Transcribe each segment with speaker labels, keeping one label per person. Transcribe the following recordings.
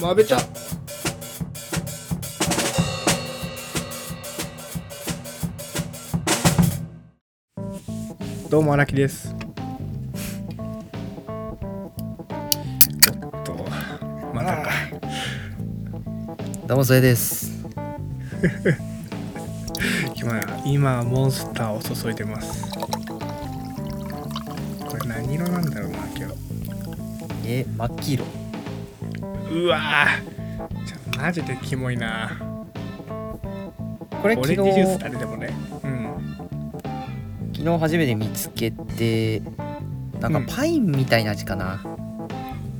Speaker 1: まべちゃん
Speaker 2: どうも荒木です。ちょっとまたか
Speaker 3: どうもそれです。
Speaker 2: 今今モンスターを注いでます。これ何色なんだろうな今
Speaker 3: え、真っ黄色。
Speaker 2: 日。うわーちょっとマジでキモいな。
Speaker 3: これ
Speaker 2: オ
Speaker 3: 昨
Speaker 2: レンジジュース
Speaker 3: 日
Speaker 2: あれでもね。うん。
Speaker 3: 昨日初めて見つけて、なんか
Speaker 2: うん
Speaker 3: パインみたいな味かな。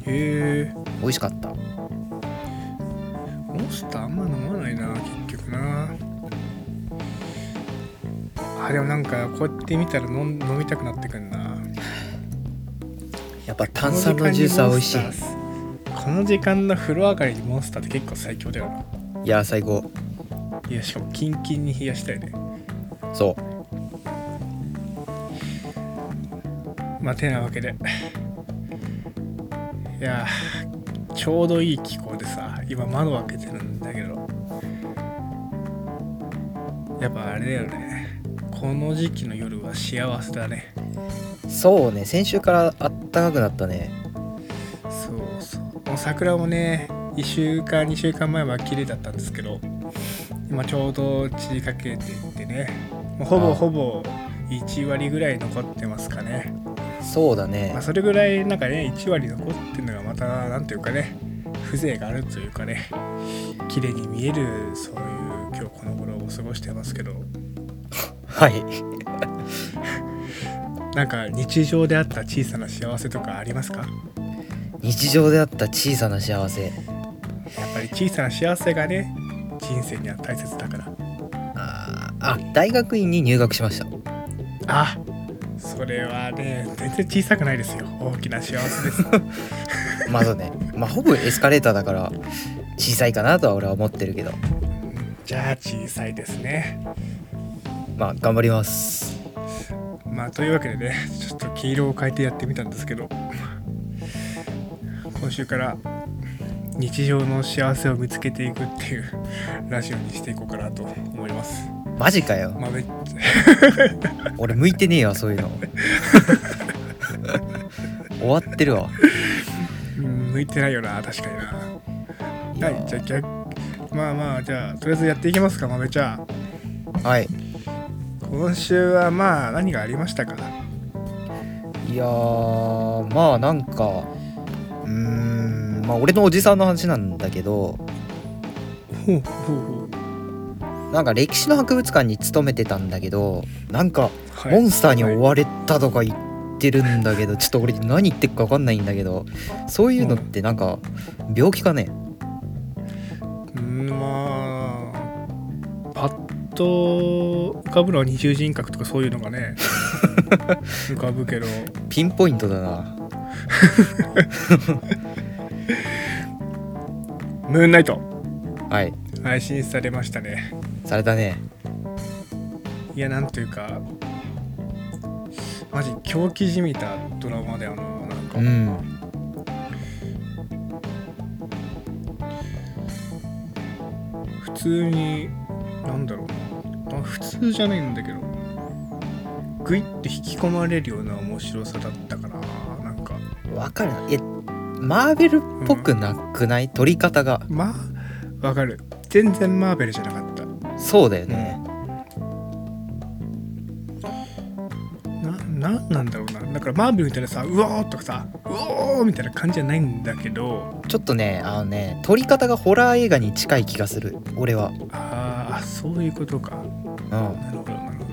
Speaker 2: へえ。
Speaker 3: 美味しかった。
Speaker 2: モンスターあんま飲まないな結局な。あでもなんかこうやって見たら飲ん飲みたくなってくんな。
Speaker 3: やっぱ炭酸のジュースは美味しい。
Speaker 2: この時間の風呂上がりにモンスターって結構最強だよない
Speaker 3: や最高。
Speaker 2: いやしかもキンキンに冷やしたいね
Speaker 3: そう。
Speaker 2: まあてなわけでいやーちょうどいい気候でさ今窓開けてるんだけどやっぱあれだよねこの時期の夜は幸せだね
Speaker 3: そうね。先週からあったかくなったね。
Speaker 2: そうそうもう桜もね1週間2週間前は綺麗だったんですけど今ちょうど散りかけていってねもうほ
Speaker 3: あ
Speaker 2: ぼ
Speaker 3: あ
Speaker 2: ほぼ1割ぐらい残ってますかね
Speaker 3: そうだ
Speaker 2: ま
Speaker 3: ね
Speaker 2: あ、。それぐらいなんかね1割残ってるのがまた何ていうかね風情があるというかね綺麗に見えるそういう今日この頃を過ごしてますけど
Speaker 3: はい。
Speaker 2: なんか日常であった小さな幸せとかありますか
Speaker 3: 日常であった小さな幸せ。
Speaker 2: やっぱり小さな幸せがね人生には大切だから
Speaker 3: あー、あ大学院に入学しました。
Speaker 2: あそれはね全然小さくないですよ大きな幸せです
Speaker 3: まあそうね。まあほぼエスカレーターだから小さいかなとは俺は思ってるけど。
Speaker 2: じゃあ小さいですね
Speaker 3: まあ頑張ります。
Speaker 2: まあというわけでねちょっと黄色を変えてやってみたんですけど今週から日常の幸せを見つけていくっていう ラジオにしていこうかなと思います
Speaker 3: マジかよ。
Speaker 2: まあめっ
Speaker 3: 俺向いてねえわそういう の終わってるわ
Speaker 2: うん向いてないよな確かにない
Speaker 3: や
Speaker 2: はいじゃあ逆まあまあじゃあとりあえずやっていきますか豆ちゃん
Speaker 3: はい
Speaker 2: 今週はまあ何がありましたか
Speaker 3: いやーまあなんかうーんまあ俺のおじさんの話なんだけど
Speaker 2: ほうほうほう
Speaker 3: なんか歴史の博物館に勤めてたんだけどなんか
Speaker 2: はい
Speaker 3: モンスターに追われたとか言ってるんだけ ど、ちょっと俺何言ってるか分かんないんだけどそういうのってなんか病気かね
Speaker 2: うんまあパッと浮かぶのは二重人格とかそういうのが ね浮かぶけど
Speaker 3: ピンポイントだな
Speaker 2: 「ムーンナイト
Speaker 3: はい」
Speaker 2: 配信されましたね
Speaker 3: されたね
Speaker 2: いやなんというかマジ狂気じみたドラマだよななんか、
Speaker 3: うん
Speaker 2: 普通になんだろうなあ普通じゃないんだけどグイッて引き込まれるような面白さだったからなんか
Speaker 3: わかるなえマーベルっぽくなくない、撮り方が
Speaker 2: まあわかる全然マーベルじゃなかった
Speaker 3: そうだよね、
Speaker 2: ななんなんだろうなだからマーベルみたいなさうおーとかさうおーみたいな感じじゃないんだけど
Speaker 3: ちょっとねあのね撮り方がホラー映画に近い気がする俺は
Speaker 2: あーあそういうことか
Speaker 3: うん
Speaker 2: なるほどなるほ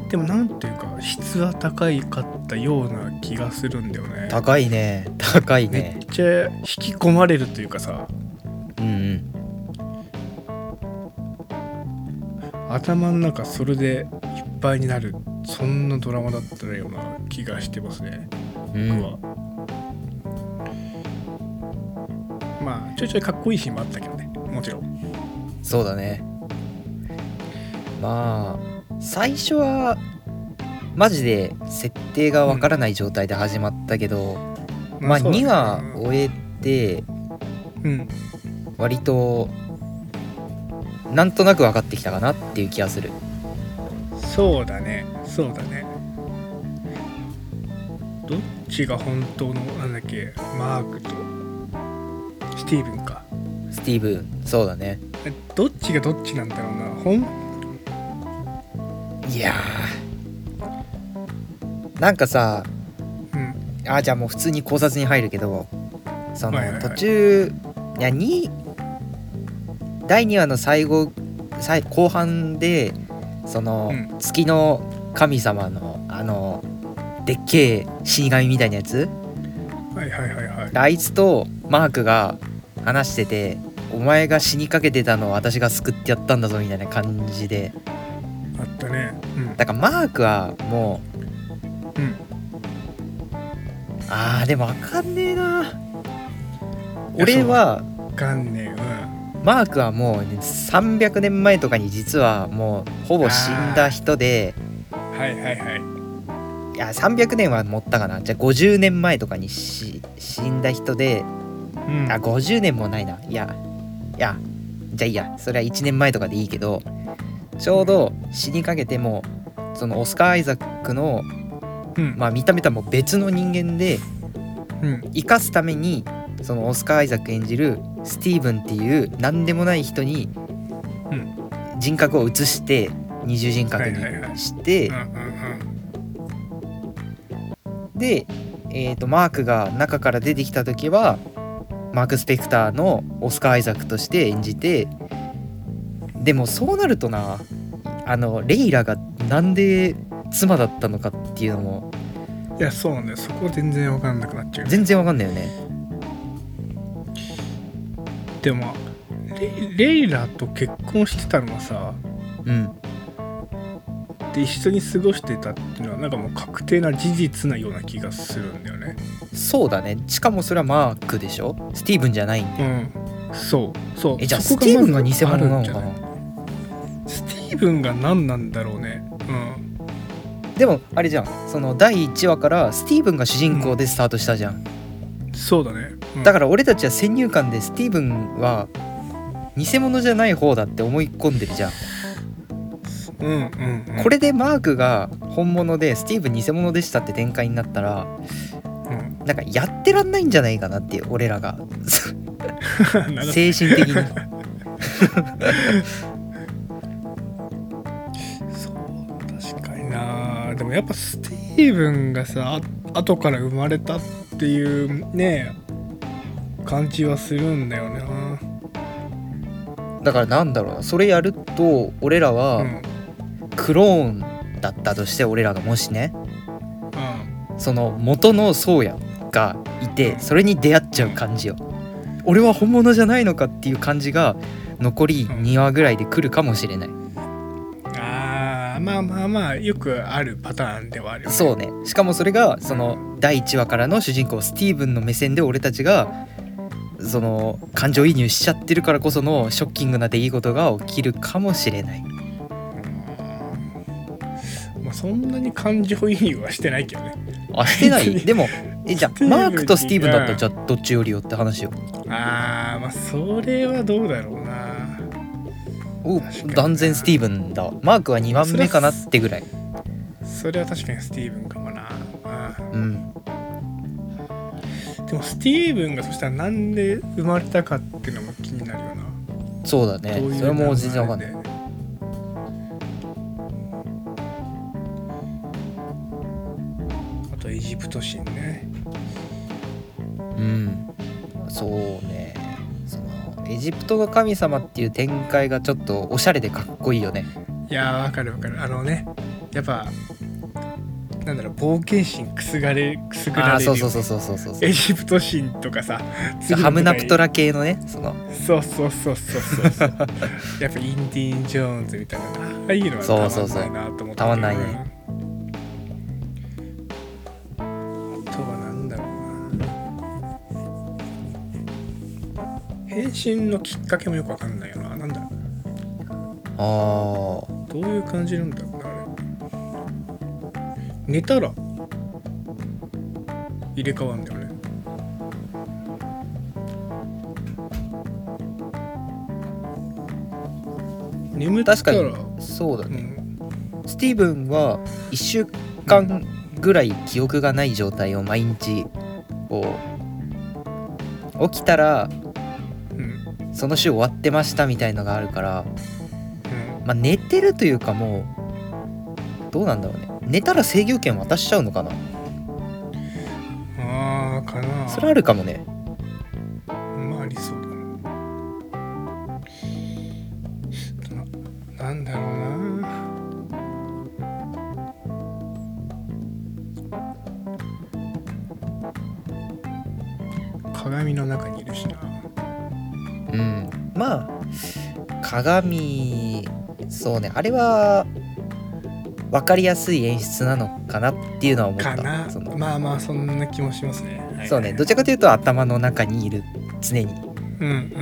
Speaker 2: どでもなんていうか質は高いかったような気がするんだよね
Speaker 3: 高いね高い
Speaker 2: め
Speaker 3: ね
Speaker 2: っちゃ引き込まれるというかさ
Speaker 3: うんうん
Speaker 2: 頭の中それでいっぱいになるそんなドラマだったような気がしてますね
Speaker 3: うん
Speaker 2: 僕は、まあちょいちょいかっこいいシーンもあったけどねもちろん
Speaker 3: そうだねまあ最初はマジで設定がわからない状態で始まったけど、まあ
Speaker 2: そうだね
Speaker 3: 2話
Speaker 2: うん
Speaker 3: 終えて
Speaker 2: うん
Speaker 3: 割となんとなく分かってきたかなっていう気がする
Speaker 2: そうだねそうだねどっちが本当のなんだっけマークとスティーブンか
Speaker 3: スティーブンそうだね
Speaker 2: えどっちがどっちなんだろうな本
Speaker 3: いやーなんかさ
Speaker 2: うん
Speaker 3: あじゃあもう普通に考察に入るけどその
Speaker 2: はいはいはい
Speaker 3: 途中いやに第2話の最後最後半でその、
Speaker 2: うん
Speaker 3: 月の神様のあのでっけえ死神みたいなやつ
Speaker 2: はいはいはいはい
Speaker 3: あいつとマークが話してて「お前が死にかけてたのを私が救ってやったんだぞ」みたいな感じで
Speaker 2: あったね
Speaker 3: だからマークはもう
Speaker 2: うんうん
Speaker 3: あーでも分かんねえない
Speaker 2: や
Speaker 3: 俺は
Speaker 2: わかんねえうん
Speaker 3: マークはもうね300年前とかに実はもうほぼ死んだ人で
Speaker 2: はいはいはい
Speaker 3: いや300年は持ったかなじゃあ50年前とかに死死んだ人で
Speaker 2: うん
Speaker 3: あ50年もないないやいやじゃあいいやそれは1年前とかでいいけどちょうど死にかけてもそのオスカー・アイザックの、
Speaker 2: うん
Speaker 3: まあ、見た目とはもう別の人間で
Speaker 2: うん
Speaker 3: 生かすためにそのオスカー・アイザック演じるスティーブンっていう何でもない人に
Speaker 2: うん
Speaker 3: 人格を移して二重人格に
Speaker 2: はいはいはい
Speaker 3: して
Speaker 2: うんうん
Speaker 3: で、えー、とマークが中から出てきた時はマーク・スペクターのオスカー・アイザックとして演じてでもそうなるとなあのレイラがなんで妻だったのかっていうのも
Speaker 2: うんいやそうねそこ全然わかんなくなっちゃう
Speaker 3: 全然わかんないよね
Speaker 2: でもレイレイラと結婚してたのはさ
Speaker 3: うん
Speaker 2: で一緒に過ごしてたっていうのはなんかもう確定な事実なような気がするんだよね
Speaker 3: そうだねしかもそれはマークでしょスティーブンじゃないんだよ
Speaker 2: うんそうそう
Speaker 3: えじゃあ
Speaker 2: そ
Speaker 3: ス
Speaker 2: こ
Speaker 3: ティーブンが
Speaker 2: ま
Speaker 3: 偽
Speaker 2: ず
Speaker 3: 物な
Speaker 2: ある
Speaker 3: の
Speaker 2: んじゃ
Speaker 3: か
Speaker 2: い
Speaker 3: な
Speaker 2: スティーブンが何なんだろうねうん
Speaker 3: でもあれじゃんその第1話からスティーブンが主人公でスタートしたじゃん、
Speaker 2: そうだね、うん
Speaker 3: だから俺たちは先入観でスティーブンは偽物じゃない方だって思い込んでるじゃん、
Speaker 2: うんうん、うん、
Speaker 3: これでマークが本物でスティーブン偽物でしたって展開になったら
Speaker 2: うん、
Speaker 3: なんかやってらんないんじゃないかなっていう俺らが
Speaker 2: なんか
Speaker 3: 精神的に
Speaker 2: そう確かになでもやっぱスティーブンがさあ後から生まれたっていうね感じはするんだよね
Speaker 3: だからなんだろうなそれやると俺ら
Speaker 2: うんう
Speaker 3: は
Speaker 2: ん
Speaker 3: クローンだったとして俺らがもしねその元の宗谷がいてそれに出会っちゃう感じよ俺は本物じゃないのかっていう感じが残り2話ぐらいで来るかもしれない
Speaker 2: あーまあまあまあよくあるパターンではあるよね
Speaker 3: そうねしかもそれがその第1話からの主人公スティーブンの目線で俺たちがその感情移入しちゃってるからこそのショッキングな出来事が起きるかもしれない
Speaker 2: まあ、そんなに感情移入はしてないけどね
Speaker 3: あしてないでもえじゃあマークとス
Speaker 2: ス
Speaker 3: テ
Speaker 2: テ
Speaker 3: ィ
Speaker 2: ィ
Speaker 3: ー
Speaker 2: ー
Speaker 3: ブ
Speaker 2: ブ
Speaker 3: ンだっ
Speaker 2: ン
Speaker 3: た
Speaker 2: う
Speaker 3: ら
Speaker 2: ん
Speaker 3: じゃあどっちよりよって話よ
Speaker 2: あーまあそれはどうだろうな
Speaker 3: お
Speaker 2: 確かに
Speaker 3: 断然スティーブンだマークは2番目かなってぐらい
Speaker 2: それは確かにスティーブンかもなあ
Speaker 3: うん
Speaker 2: ーでもスティーブンがそしたらなんで生まれたかっていうのも気になるよな
Speaker 3: そうだね
Speaker 2: どういう
Speaker 3: それも全然わかんない
Speaker 2: 流れであとエジプト神ね
Speaker 3: うんそうねそのエジプトが神様っていう展開がちょっとおしゃれでかっこいいよね
Speaker 2: いやーわかるわかるあのねやっぱなんだろう冒険心くすがれくすぐら
Speaker 3: ああ
Speaker 2: れるよ
Speaker 3: そう
Speaker 2: ね
Speaker 3: そうそうそうそうそう
Speaker 2: エジプト神とかさ次の
Speaker 3: ハムナプト
Speaker 2: 舞
Speaker 3: ラ系のねその
Speaker 2: 台そうそうそうそうそうそうやっぱインディーン・ジョーンズみたいなああいうのは
Speaker 3: そう
Speaker 2: た
Speaker 3: そうそう
Speaker 2: まんないなと思って
Speaker 3: たまんないね
Speaker 2: うんあとはなんだろうな変身のきっかけもよくわかんないよななんだろう
Speaker 3: ああ
Speaker 2: どういう感じなんだろうなあれ寝たら入れ替わるんだよね眠ったら
Speaker 3: 確かそうだ
Speaker 2: う
Speaker 3: ね、
Speaker 2: ん
Speaker 3: スティーブンは1週間ぐらい記憶がない状態を毎日こう起きたら
Speaker 2: うんうん
Speaker 3: その週終わってましたみたいのがあるから、まあ、寝てるというかもうどうなんだろうね寝たら制御権渡しちゃうのかな
Speaker 2: ああかな
Speaker 3: それあるかもね
Speaker 2: まあありそうだななんだろうな鏡の中にいるしな
Speaker 3: うんまあ鏡そうねあれは分かりやすい演出なのかなっていうのは思っ
Speaker 2: か
Speaker 3: た
Speaker 2: な
Speaker 3: その
Speaker 2: まあまあそんな気もしますね、はい
Speaker 3: そうねどちらかというと頭の中にいる常に
Speaker 2: うんうんうんう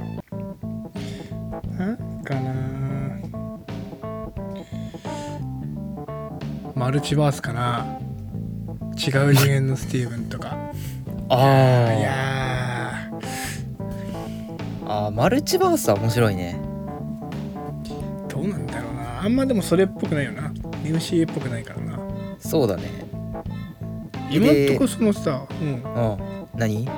Speaker 2: んうんなんかなマルチバースかな違う次元のスティーブンとかい
Speaker 3: あ
Speaker 2: や
Speaker 3: ーあーマルチバースは面白いね
Speaker 2: ーどうなんだろうなあんまでもそれっぽくないよな MC っぽくないからな
Speaker 3: そうだね
Speaker 2: 今んとこそのさ、うん、
Speaker 3: うん何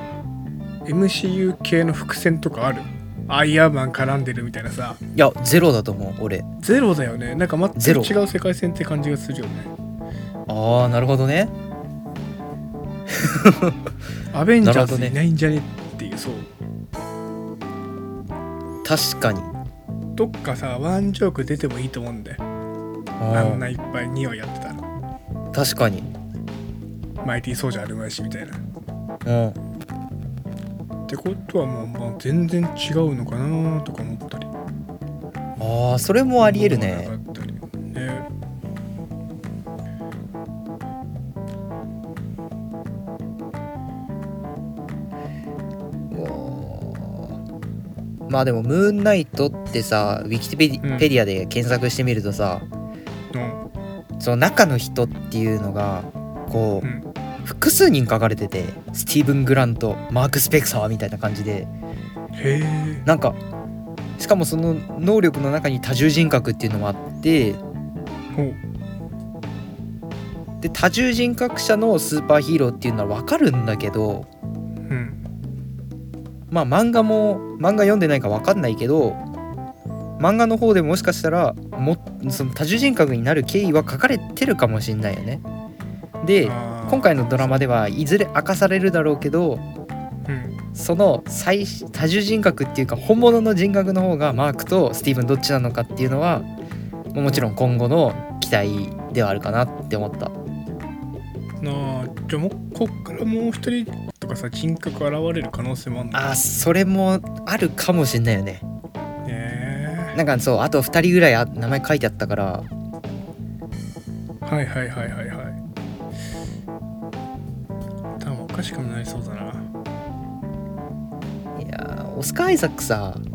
Speaker 2: MCU 系の伏線とかあるアイアンマン絡んでるみたいなさ
Speaker 3: いやゼロだと思う俺
Speaker 2: ゼロだよねなんか
Speaker 3: ゼ
Speaker 2: 全
Speaker 3: ロ
Speaker 2: く違う世界線って感じがするよね
Speaker 3: ああなるほどね
Speaker 2: アベンジャー
Speaker 3: なるほど
Speaker 2: ズ
Speaker 3: ね
Speaker 2: いないんじゃねっていうそう
Speaker 3: 確かに
Speaker 2: どっかさワンジョーク出てもいいと思うんだよあ
Speaker 3: あ
Speaker 2: んな
Speaker 3: ー
Speaker 2: いっぱい匂いやってたら
Speaker 3: 確かに
Speaker 2: マイティーソージャーあるまいしみたいなっ
Speaker 3: うん
Speaker 2: てことはもう、まあ、全然違うのかなとか思ったり
Speaker 3: ああそれもありえる
Speaker 2: 思わ
Speaker 3: ね
Speaker 2: なかったりね
Speaker 3: うわーまあでも「ムーンナイト」ってさウィキペデ
Speaker 2: うん
Speaker 3: ィペディアで検索してみるとさ、
Speaker 2: うん
Speaker 3: その中の人っていうのがこ
Speaker 2: う
Speaker 3: うん複数人書かれててスティーブン・グラントマーク・スペクサーみたいな感じで
Speaker 2: へえ
Speaker 3: なんかしかもその能力の中に多重人格っていうのもあって
Speaker 2: ほう
Speaker 3: で多重人格者のスーパーヒーローっていうのは分かるんだけど
Speaker 2: うん
Speaker 3: まあ漫画も漫画読んでないか分かんないけど漫画の方でもしかしたらもその多重人格になる経緯は書かれてるかもしんないよね。で
Speaker 2: あー
Speaker 3: 今回のドラマではいずれ明かされるだろうけど
Speaker 2: うん
Speaker 3: その最多重人格っていうか本物の人格の方がマークとスティーブンどっちなのかっていうのはもちろん今後の期待ではあるかなって思った
Speaker 2: なあじゃあもうこっからもう一人とかさ人格現れる可能性もあるの
Speaker 3: あーそれもあるかもしんないよね
Speaker 2: へ
Speaker 3: なんかそうあと2人ぐらいあ名前書いてあったから
Speaker 2: えはいはいはいはいはい多分おかしくもなりそうだない
Speaker 3: やーオスカー・アイザックさ
Speaker 2: うん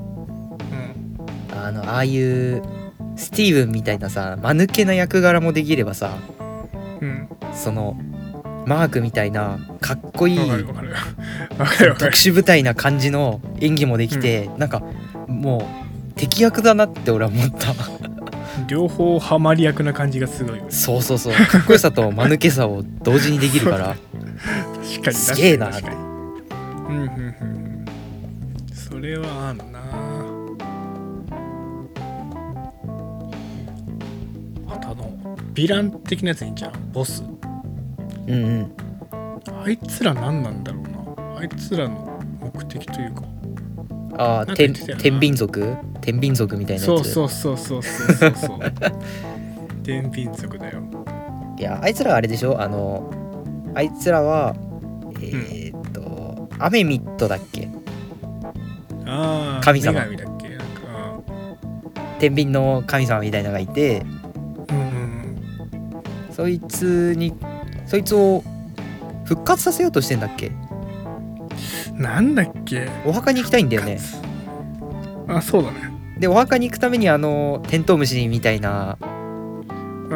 Speaker 3: あのああいうスティーブンみたいなさ間抜けな役柄もできればさ
Speaker 2: うん
Speaker 3: そのマークみたいなかっこいい
Speaker 2: わかるわかるわかるわか
Speaker 3: 特
Speaker 2: る
Speaker 3: 殊部隊な感じの演技もできて、なんかもう敵役だなって俺は思った
Speaker 2: 両方ハマり役な感じがすごいよね
Speaker 3: そうそうそうかっこよさと間抜けさを同時にできるから
Speaker 2: 確かに
Speaker 3: すげえなって
Speaker 2: 確かに確かにうんうんうんうんそれはあるなあとあのヴィラン的なやついいんじゃんボス
Speaker 3: うんうん
Speaker 2: あいつら何なんだろうなあいつらの目的というか
Speaker 3: あ
Speaker 2: なん
Speaker 3: あ
Speaker 2: か
Speaker 3: て
Speaker 2: 言
Speaker 3: ん
Speaker 2: ってたよな
Speaker 3: 天秤族天秤族みたいなやつ
Speaker 2: そうそうそうそうそうそう そう天秤族だよ
Speaker 3: いやあいつらはあれでしょあのあいつらはえーっと、アメミットだっけ
Speaker 2: ああ
Speaker 3: 神様
Speaker 2: 女神だっけなんか
Speaker 3: 天秤の神様みたいなのがいて
Speaker 2: うんうんうん
Speaker 3: そいつにそいつを復活させようとしてんだっけ
Speaker 2: なんだっけ
Speaker 3: お墓に行きたいんだよね
Speaker 2: あそうだね
Speaker 3: でお墓に行くためにあのテントウムシみたいな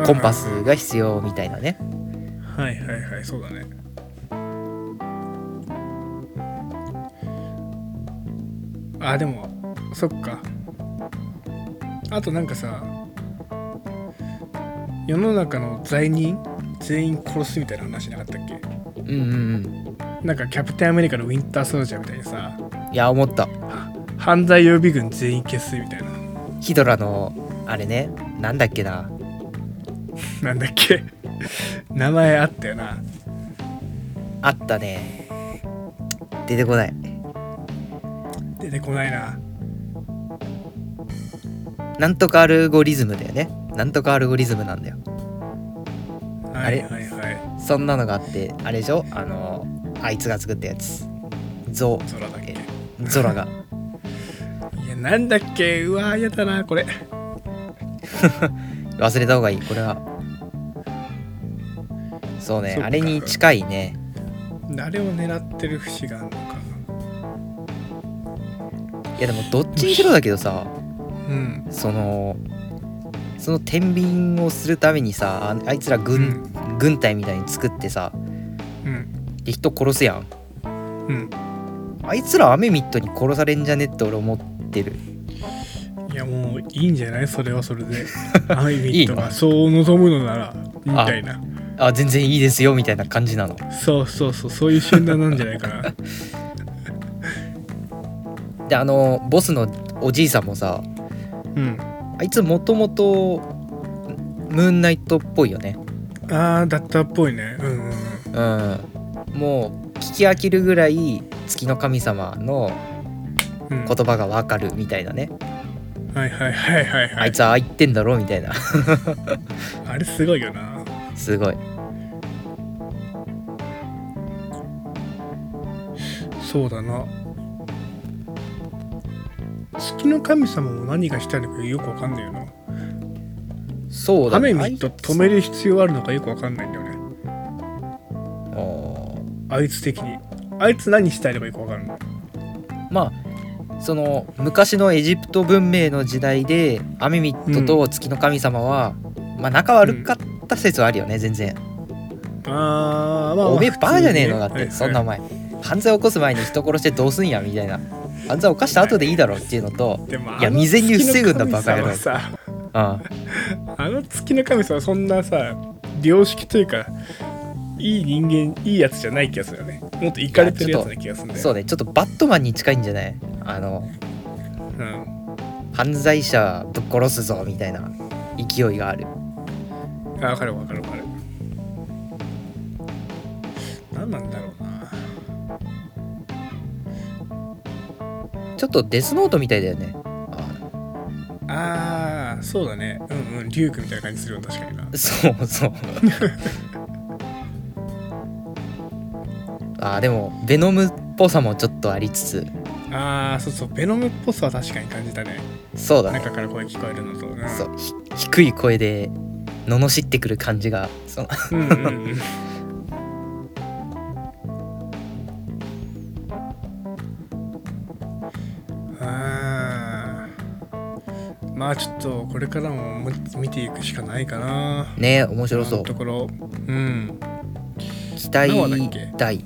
Speaker 3: コンパスが必要みたいなね
Speaker 2: はいはいはいそうだねあでもそっかあとなんかさ世の中の罪人全員殺すみたいな話なかったっけ
Speaker 3: うんうん
Speaker 2: なんかキャプテンアメリカのウィンターソルジャーみたいにさ
Speaker 3: うんいや思った
Speaker 2: 犯罪予備軍全員消すみたいな
Speaker 3: ヒドラのあれねなんだっけな
Speaker 2: なんだっけ名前あったよな
Speaker 3: あったね出てこない
Speaker 2: 出てこないな
Speaker 3: なんとかアルゴリズムだよねなんとかアルゴリズムなんだよ
Speaker 2: は
Speaker 3: あ
Speaker 2: い
Speaker 3: れ
Speaker 2: はいはい
Speaker 3: そんなのがあってあれでしょあのあいつが作ったやつゾ
Speaker 2: 空だっけ
Speaker 3: ゾラが
Speaker 2: いやなんだっけうわーやだなこれ
Speaker 3: 忘れた方がいいこれはそうね
Speaker 2: そっか
Speaker 3: あれに近いね
Speaker 2: 誰を狙ってる節があるのか
Speaker 3: いやでもどっちにしろだけどさ
Speaker 2: うん
Speaker 3: そのその天秤をするためにさああいつら軍,、軍隊みたいに作ってさ
Speaker 2: うん
Speaker 3: で人殺すやん
Speaker 2: うん
Speaker 3: あいつらアメミットに殺されんじゃねって俺思ってる
Speaker 2: いやもういいんじゃないそれはそれ でアイ
Speaker 3: い
Speaker 2: ビッ
Speaker 3: い
Speaker 2: ト
Speaker 3: の
Speaker 2: がそう望むのならみたいな
Speaker 3: あ全然いいですよみたいな感じなの
Speaker 2: そうそうそうそういう診断なんじゃない かな
Speaker 3: であのボスのおじいさんもさ
Speaker 2: うん
Speaker 3: あいつもともとムーンナイトっぽいよね
Speaker 2: ああだったっぽいねうんうんうん
Speaker 3: うんもう聞き飽きるぐらい月の神様の
Speaker 2: うん
Speaker 3: 言葉がわかるみたいなね、
Speaker 2: はいはいはいはいは
Speaker 3: あいつはああ言ってんだろうみたいな
Speaker 2: あれすごいよな
Speaker 3: すごい
Speaker 2: そうだな月の神様も何がしたいのかよくわかんないよな
Speaker 3: そうだ
Speaker 2: ア
Speaker 3: ね
Speaker 2: メミット止める必要あるのかよくわかんないんだよね
Speaker 3: あいつおー
Speaker 2: あいつ的にあいつ何したいのかよくわかんない
Speaker 3: まあその昔のエジプト文明の時代でアメミットと月の神様は、まあ仲悪かった説はあるよね全然
Speaker 2: あーまあ
Speaker 3: おめえバカじゃねえのだ
Speaker 2: だ
Speaker 3: って、そんなお前犯罪起こす前に人殺してどうすんやみたいな犯罪犯した後でいいだろっていうのと、
Speaker 2: でも
Speaker 3: いや
Speaker 2: あの
Speaker 3: 未然に防ぐんだ
Speaker 2: 月の神様はさ
Speaker 3: うん、
Speaker 2: あの月の神様はそんなさ良識というかいい人間いいやつじゃない気がするよねもっとイかれてるやつな気がするんだよ
Speaker 3: そうねちょっとバットマンに近いんじゃないあの
Speaker 2: うん
Speaker 3: 犯罪者ぶっ殺すぞみたいな勢いがある
Speaker 2: あ分かる分かる分かる何なんだろうな
Speaker 3: ちょっとデスノートみたいだよねあ
Speaker 2: あーそうだねうんうんリュウクみたいな感じするよ確かにな
Speaker 3: そう そうあでもベノムっぽさもちょっとありつつ
Speaker 2: あーそうそうベノムっぽさは確かに感じたね
Speaker 3: そうだね
Speaker 2: 中から声聞こえるのと、うん、
Speaker 3: そうひ低い声で罵ってくる感じがその
Speaker 2: うんうんうんあーまあちょっとこれからもも見ていくしかないかな
Speaker 3: ね面白
Speaker 2: 今
Speaker 3: そ
Speaker 2: の
Speaker 3: う
Speaker 2: ところうん
Speaker 3: 期待
Speaker 2: 何話だっけ
Speaker 3: 大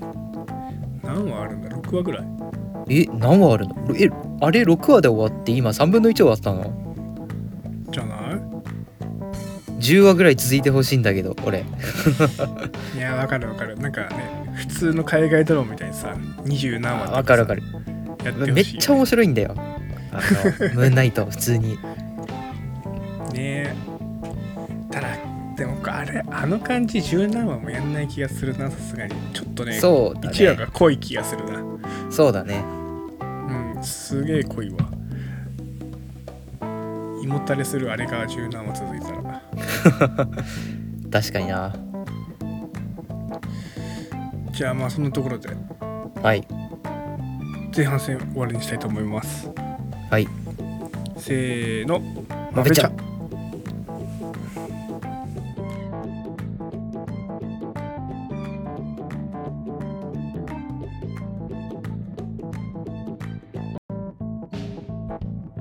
Speaker 2: 何話あるんだ6話ぐらい
Speaker 3: え何話あるのえあれ6話で終わって今3分の1終わったの
Speaker 2: じゃな
Speaker 3: 10話ぐらい続いてほしいんだけど俺
Speaker 2: いいやわかるわかるなんかね普通の海外ドラマみたいにさ二十何話と
Speaker 3: わかるわか
Speaker 2: る
Speaker 3: る
Speaker 2: やってほしい
Speaker 3: めっちゃ面白いん だよあのムーンナイト普通に
Speaker 2: ねえただでもあれあの感じ十何話もやんない気がするなさすがにちょっとね
Speaker 3: そうだ
Speaker 2: 一話
Speaker 3: ね
Speaker 2: が濃い気がするな
Speaker 3: そうだね
Speaker 2: うんすげえ濃いわ胃もたれするあれが十何話続いたら
Speaker 3: 確かにな
Speaker 2: じゃあまあそのところで
Speaker 3: はい
Speaker 2: 前半戦終わりにしたいと思います
Speaker 3: はい
Speaker 2: せーの
Speaker 3: まべちゃん
Speaker 2: ま